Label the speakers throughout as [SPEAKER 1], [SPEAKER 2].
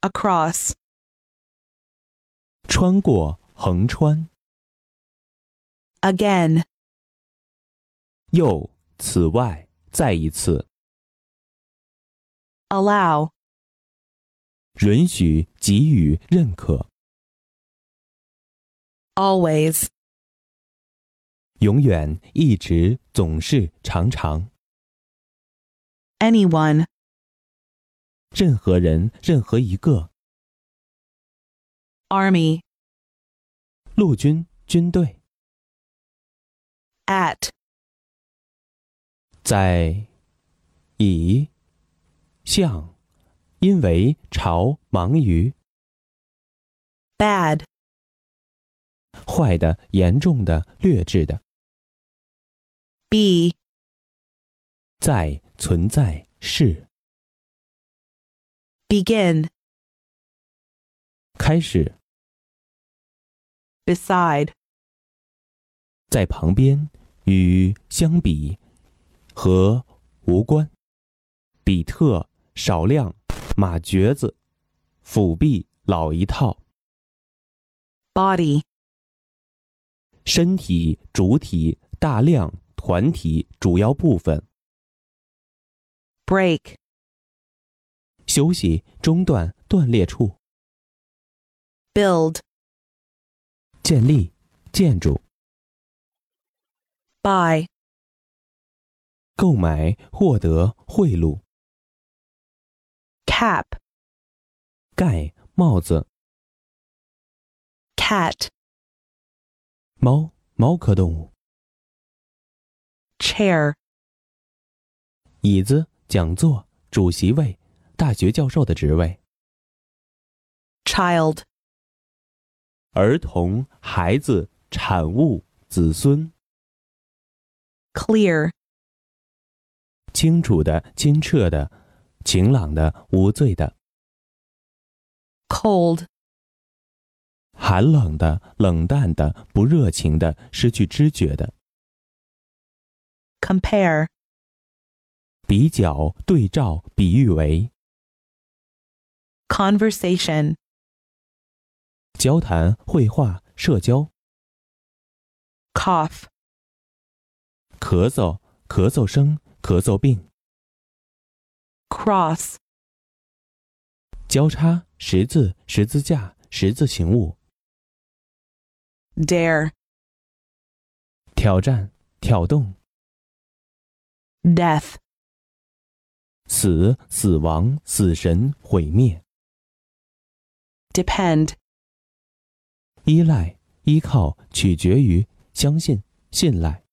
[SPEAKER 1] across,
[SPEAKER 2] 穿过，横穿，
[SPEAKER 1] again,
[SPEAKER 2] 又，此外，再一次，
[SPEAKER 1] allow,
[SPEAKER 2] 允许，给予，认可，
[SPEAKER 1] always,
[SPEAKER 2] 永远，一直，总是，常常，
[SPEAKER 1] anyone,
[SPEAKER 2] 任何人，任何一个，
[SPEAKER 1] army,
[SPEAKER 2] 陆军，军队，
[SPEAKER 1] at,
[SPEAKER 2] 在，以，向，因为，朝，忙于，
[SPEAKER 1] bad,
[SPEAKER 2] 坏的，严重的，劣质的，
[SPEAKER 1] be,
[SPEAKER 2] 在，存在，是，
[SPEAKER 1] begin,
[SPEAKER 2] 开始。
[SPEAKER 1] beside,
[SPEAKER 2] 在旁边，与相比，和无关。比特、少量、马橛子、辅弼老一套。
[SPEAKER 1] body,
[SPEAKER 2] 身体、主体、大量、团体、主要部分。
[SPEAKER 1] break,
[SPEAKER 2] 休息、中断、断裂处。
[SPEAKER 1] build,
[SPEAKER 2] 建立、建筑、
[SPEAKER 1] buy,
[SPEAKER 2] 购买、获得、贿赂、
[SPEAKER 1] cap,
[SPEAKER 2] 盖、帽子、
[SPEAKER 1] cat,
[SPEAKER 2] 猫、猫科动物、
[SPEAKER 1] chair,
[SPEAKER 2] 椅子、讲座、主席位、大学教授的职位。
[SPEAKER 1] child,
[SPEAKER 2] 儿童、孩子、产物、子孙，
[SPEAKER 1] clear,
[SPEAKER 2] 清楚的、清澈的、晴朗的、无罪的、
[SPEAKER 1] cold,
[SPEAKER 2] 寒冷的、冷淡的、不热情的、失去知觉的、
[SPEAKER 1] compare,
[SPEAKER 2] 比较、对照、比喻为、
[SPEAKER 1] conversation,
[SPEAKER 2] 交谈、绘画、社交、
[SPEAKER 1] cough,
[SPEAKER 2] 咳嗽、咳嗽声、咳嗽病、
[SPEAKER 1] cross,
[SPEAKER 2] 交叉、十字、十字架、十字形物、
[SPEAKER 1] dare,
[SPEAKER 2] 挑战、挑动、
[SPEAKER 1] death,
[SPEAKER 2] 死、死亡、死神、毁灭、
[SPEAKER 1] depend,
[SPEAKER 2] 依赖、依靠取决于相信、信赖、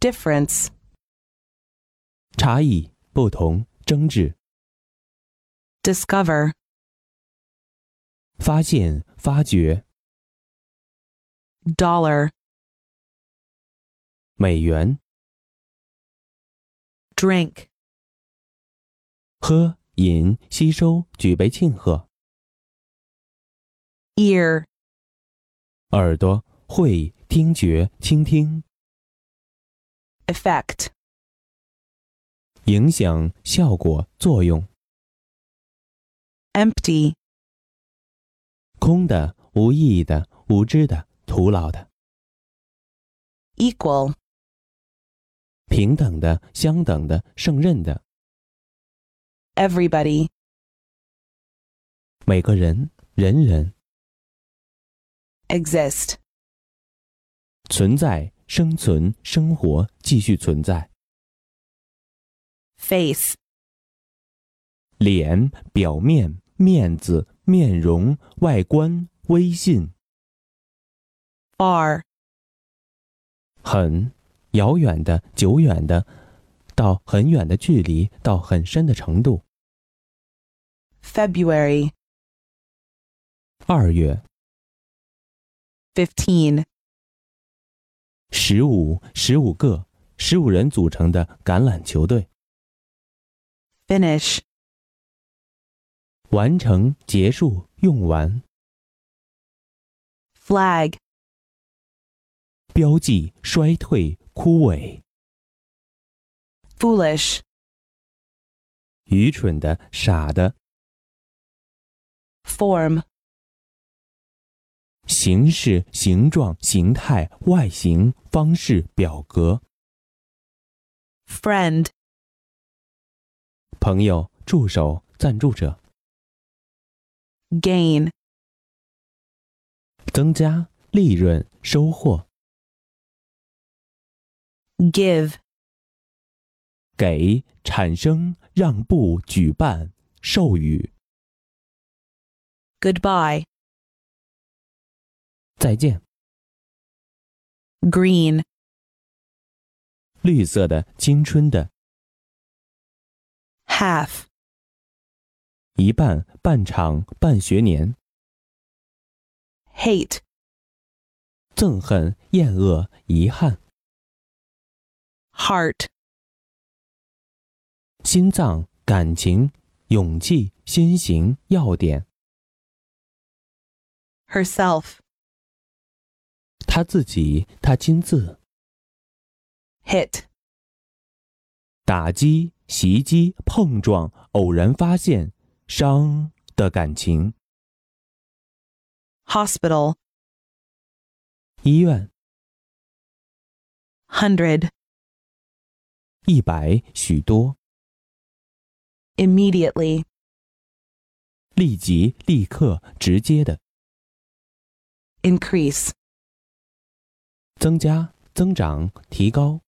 [SPEAKER 1] difference,
[SPEAKER 2] 差异、不同、争执、
[SPEAKER 1] discover,
[SPEAKER 2] 发现、发掘、
[SPEAKER 1] dollar,
[SPEAKER 2] 美元、
[SPEAKER 1] drink,
[SPEAKER 2] 喝、饮、吸收、举杯庆贺、
[SPEAKER 1] ear,
[SPEAKER 2] 耳朵、会、听觉、倾听、
[SPEAKER 1] effect,
[SPEAKER 2] 影响、效果、作用、
[SPEAKER 1] empty,
[SPEAKER 2] 空的、无意义的、无知的、徒劳的、
[SPEAKER 1] equal,
[SPEAKER 2] 平等的、相等的、胜任的、
[SPEAKER 1] everybody,
[SPEAKER 2] 每个人、人人、
[SPEAKER 1] exist,
[SPEAKER 2] 存在、生存、生活、继续存在。
[SPEAKER 1] face,
[SPEAKER 2] 脸、表面、面子、面容、外观、微信、
[SPEAKER 1] far,
[SPEAKER 2] 很遥远的、久远的，到很远的距离，到很深的程度。
[SPEAKER 1] February,
[SPEAKER 2] 二月
[SPEAKER 1] 15,
[SPEAKER 2] 十五，十五个，十五人组成的橄榄球队，
[SPEAKER 1] finish,
[SPEAKER 2] 完成、结束、用完，
[SPEAKER 1] flag,
[SPEAKER 2] 标记、衰退、枯萎，
[SPEAKER 1] foolish,
[SPEAKER 2] 愚蠢的、傻的，
[SPEAKER 1] form,
[SPEAKER 2] 形式、形状、形态、外形、方式、表格。
[SPEAKER 1] friend,
[SPEAKER 2] 朋友、助手、赞助者。
[SPEAKER 1] gain,
[SPEAKER 2] 增加利润、收获。
[SPEAKER 1] give,
[SPEAKER 2] 给、产生、让步、举办、授予。
[SPEAKER 1] goodbye,
[SPEAKER 2] 再见。
[SPEAKER 1] green,
[SPEAKER 2] 绿色的、青春的，
[SPEAKER 1] half,
[SPEAKER 2] 一半、半场、半学年。
[SPEAKER 1] hate,
[SPEAKER 2] 憎恨、厌恶、遗憾。
[SPEAKER 1] heart,
[SPEAKER 2] 心脏、感情、勇气、心形、要点。
[SPEAKER 1] herself,
[SPEAKER 2] 他自己，他亲自。
[SPEAKER 1] hit,
[SPEAKER 2] 打击、袭击、碰撞、偶然发现、伤的感情。
[SPEAKER 1] hospital,
[SPEAKER 2] 医院
[SPEAKER 1] hundred,
[SPEAKER 2] 一百许多，
[SPEAKER 1] immediately,
[SPEAKER 2] 立即、立刻、直接的
[SPEAKER 1] increase,
[SPEAKER 2] 增加、增长、提高，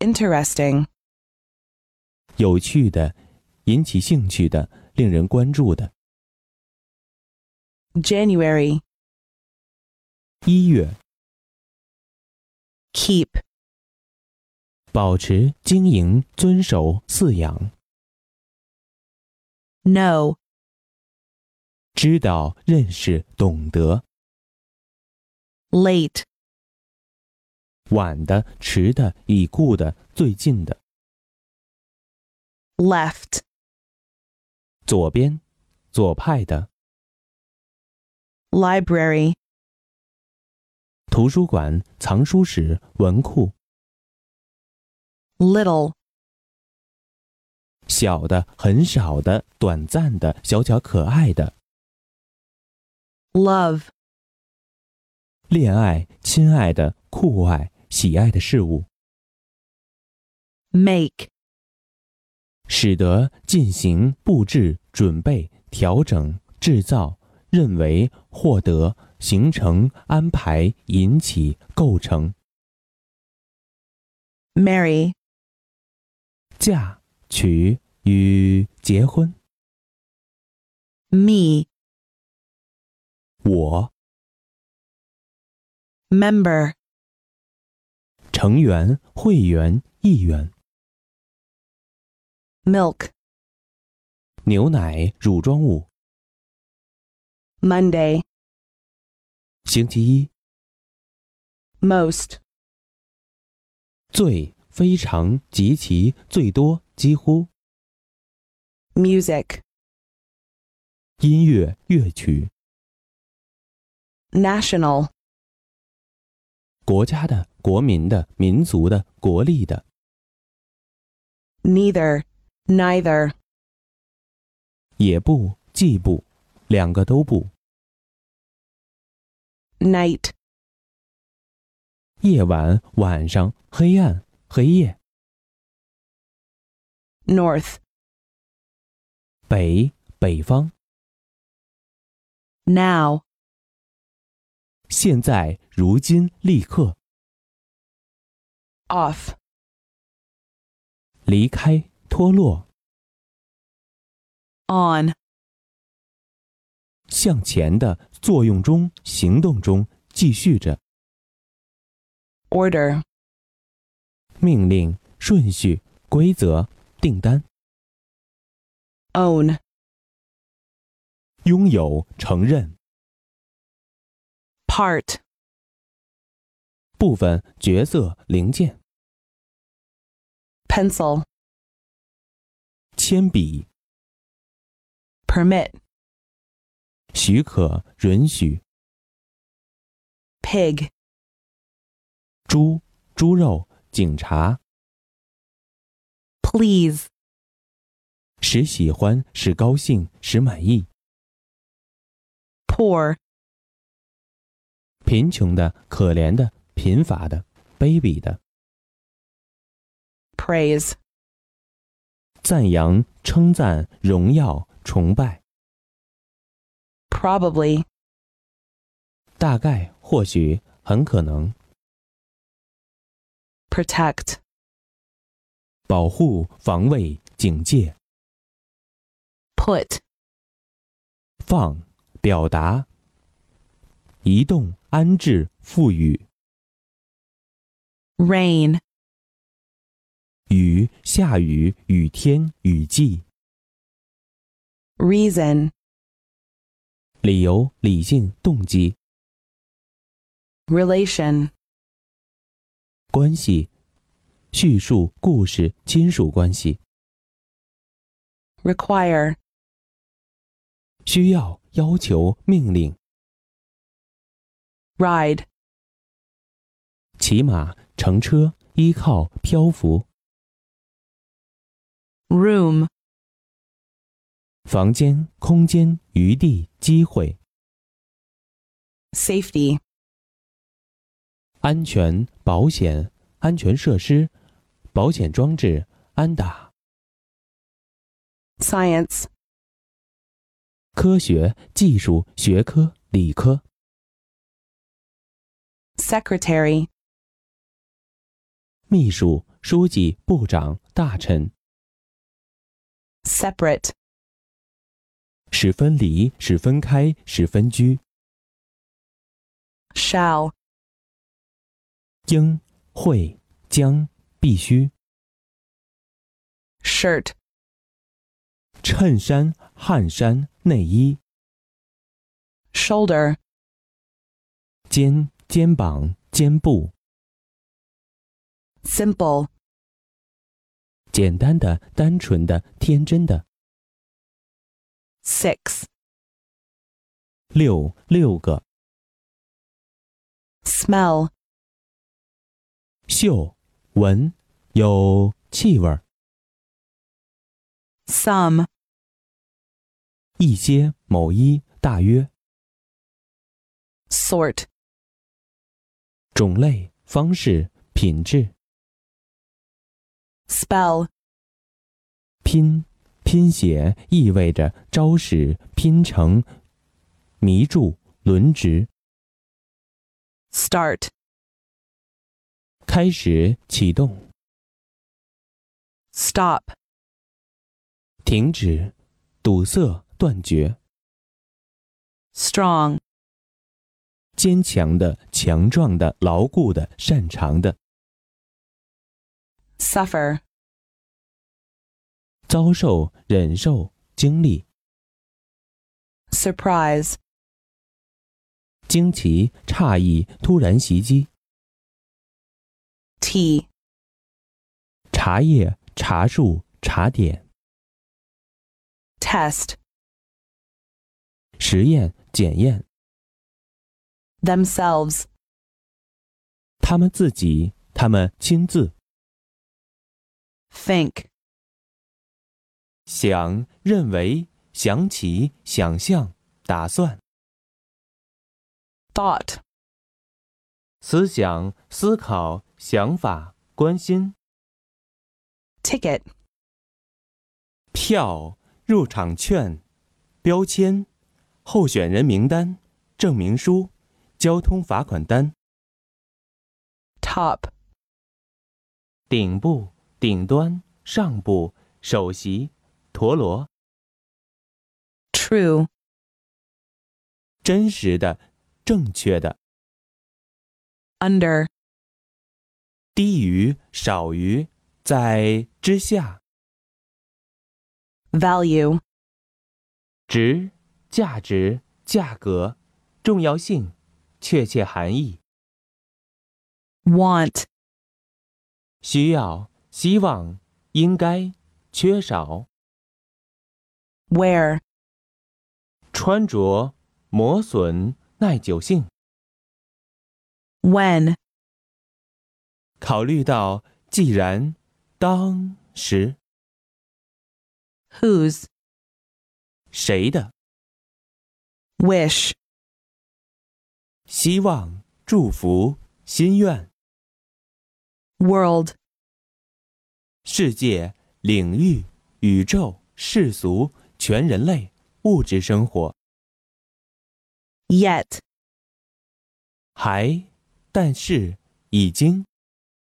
[SPEAKER 1] interesting,
[SPEAKER 2] 有趣的，引起兴趣的，令人关注的。
[SPEAKER 1] January,
[SPEAKER 2] 一月，
[SPEAKER 1] keep,
[SPEAKER 2] 保持、经营、遵守、饲养，
[SPEAKER 1] know,
[SPEAKER 2] 知道、认识、懂得。
[SPEAKER 1] late,
[SPEAKER 2] 晚的、迟的、已故的、最近的。
[SPEAKER 1] left,
[SPEAKER 2] 左边，左派的。
[SPEAKER 1] library,
[SPEAKER 2] 图书馆、藏书室、文库，
[SPEAKER 1] little,
[SPEAKER 2] 小的、很少的、短暂的、小巧可爱的，
[SPEAKER 1] love,
[SPEAKER 2] 恋爱、亲爱的、酷爱、喜爱的事物，
[SPEAKER 1] make,
[SPEAKER 2] 使得进行、布置、准备、调整、制造、认为、获得、形成、安排、引起、构成、
[SPEAKER 1] marry,
[SPEAKER 2] 嫁、娶与结婚，
[SPEAKER 1] me,
[SPEAKER 2] 我
[SPEAKER 1] member,
[SPEAKER 2] 成员、会员、议员。
[SPEAKER 1] milk,
[SPEAKER 2] 牛奶、乳装物，
[SPEAKER 1] Monday,
[SPEAKER 2] 星期一，
[SPEAKER 1] most,
[SPEAKER 2] 最、非常、极其、最多、几乎。
[SPEAKER 1] music,
[SPEAKER 2] 音乐、乐曲，
[SPEAKER 1] national,
[SPEAKER 2] 国家的、国民的、民族的、国力的，
[SPEAKER 1] neither, neither,
[SPEAKER 2] 也不、既不，两个都不。
[SPEAKER 1] night,
[SPEAKER 2] 夜晚、晚上、黑暗、黑夜、
[SPEAKER 1] north,
[SPEAKER 2] 北、北方。
[SPEAKER 1] now,
[SPEAKER 2] 现在、如今、立刻，
[SPEAKER 1] off,
[SPEAKER 2] 离开、脱落、
[SPEAKER 1] on,
[SPEAKER 2] 向前的作用中、行动中，继续着。
[SPEAKER 1] order,
[SPEAKER 2] 命令、顺序、规则、订单、
[SPEAKER 1] own,
[SPEAKER 2] 拥有、承认、
[SPEAKER 1] part,
[SPEAKER 2] 部分、角色、零件、
[SPEAKER 1] pencil,
[SPEAKER 2] 铅笔、
[SPEAKER 1] permit,
[SPEAKER 2] 许可、允许、
[SPEAKER 1] pig,
[SPEAKER 2] 猪、猪肉、警察、
[SPEAKER 1] please,
[SPEAKER 2] 使喜欢、使高兴、使满意、
[SPEAKER 1] poor,
[SPEAKER 2] 贫穷的、可怜的、贫乏的、卑鄙的，
[SPEAKER 1] praise,
[SPEAKER 2] 赞扬、称赞、荣耀、崇拜，
[SPEAKER 1] probably,
[SPEAKER 2] 大概、或许、很可能，
[SPEAKER 1] protect,
[SPEAKER 2] 保护、防卫、警戒、
[SPEAKER 1] put,
[SPEAKER 2] 放、表达、移动、安置、赋予、
[SPEAKER 1] rain,
[SPEAKER 2] 雨、下雨、雨天、雨季、
[SPEAKER 1] reason,
[SPEAKER 2] 理由、理性、动机、
[SPEAKER 1] relation,
[SPEAKER 2] 关系、叙述、故事、亲属关系、
[SPEAKER 1] require,
[SPEAKER 2] 需要、要求、命令、
[SPEAKER 1] ride,
[SPEAKER 2] 骑马、乘车、依靠、漂浮、
[SPEAKER 1] room,
[SPEAKER 2] 房间、空间、余地、机会、
[SPEAKER 1] safety,
[SPEAKER 2] 安全、保险、安全设施、保险装置、安打、
[SPEAKER 1] science,
[SPEAKER 2] 科学、技术、学科、理科、
[SPEAKER 1] secretary,
[SPEAKER 2] 秘书、书记、部长、大臣，
[SPEAKER 1] separate,
[SPEAKER 2] 使分离、使分开、使分居，
[SPEAKER 1] shall,
[SPEAKER 2] 应、会、将、必须、
[SPEAKER 1] shirt,
[SPEAKER 2] 衬衫、汗衫、内衣、
[SPEAKER 1] shoulder,
[SPEAKER 2] 肩、肩膀、肩部。
[SPEAKER 1] simple,
[SPEAKER 2] 简单的、单纯的、天真的。
[SPEAKER 1] six,
[SPEAKER 2] 六六个
[SPEAKER 1] smell,
[SPEAKER 2] 嗅闻有气味儿，
[SPEAKER 1] some,
[SPEAKER 2] 一些某一大约
[SPEAKER 1] sort,
[SPEAKER 2] 种类方式品质
[SPEAKER 1] spell,
[SPEAKER 2] 拼拼写意味着招使拼成迷住轮值
[SPEAKER 1] start,
[SPEAKER 2] 开始启动
[SPEAKER 1] stop,
[SPEAKER 2] 停止堵塞断绝
[SPEAKER 1] strong,
[SPEAKER 2] 坚强的强壮的牢固的擅长的
[SPEAKER 1] suffer,
[SPEAKER 2] 遭受忍受经历。
[SPEAKER 1] surprise,
[SPEAKER 2] 惊奇、诧异、突然袭击、
[SPEAKER 1] tea,
[SPEAKER 2] 茶叶、茶树、茶点、
[SPEAKER 1] test,
[SPEAKER 2] 实验、检验，
[SPEAKER 1] themselves,
[SPEAKER 2] 他们自己，他们亲自
[SPEAKER 1] think,
[SPEAKER 2] 想、认为、想起、想象、打算、
[SPEAKER 1] thought,
[SPEAKER 2] 思想、思考、想法、关心、
[SPEAKER 1] ticket,
[SPEAKER 2] 票、入场券、标签、候选人名单、证明书、交通罚款单、
[SPEAKER 1] top,
[SPEAKER 2] 顶部、顶端、上部、首席、陀螺。
[SPEAKER 1] true,
[SPEAKER 2] 真实的、正确的、
[SPEAKER 1] under,
[SPEAKER 2] 低于、少于、在之下、
[SPEAKER 1] value,
[SPEAKER 2] 值、价值、价格、重要性、确切含义、
[SPEAKER 1] want,
[SPEAKER 2] 需要、希望、应该、缺少、
[SPEAKER 1] wear,
[SPEAKER 2] 穿着、磨损、耐久性。
[SPEAKER 1] when,
[SPEAKER 2] 考虑到既然、当时、
[SPEAKER 1] whose,
[SPEAKER 2] 谁的、
[SPEAKER 1] wish,
[SPEAKER 2] 希望、祝福、心愿、
[SPEAKER 1] world,
[SPEAKER 2] 世界、领域、宇宙、世俗、全人类、物质生活，
[SPEAKER 1] yet,
[SPEAKER 2] 还、但是、已经、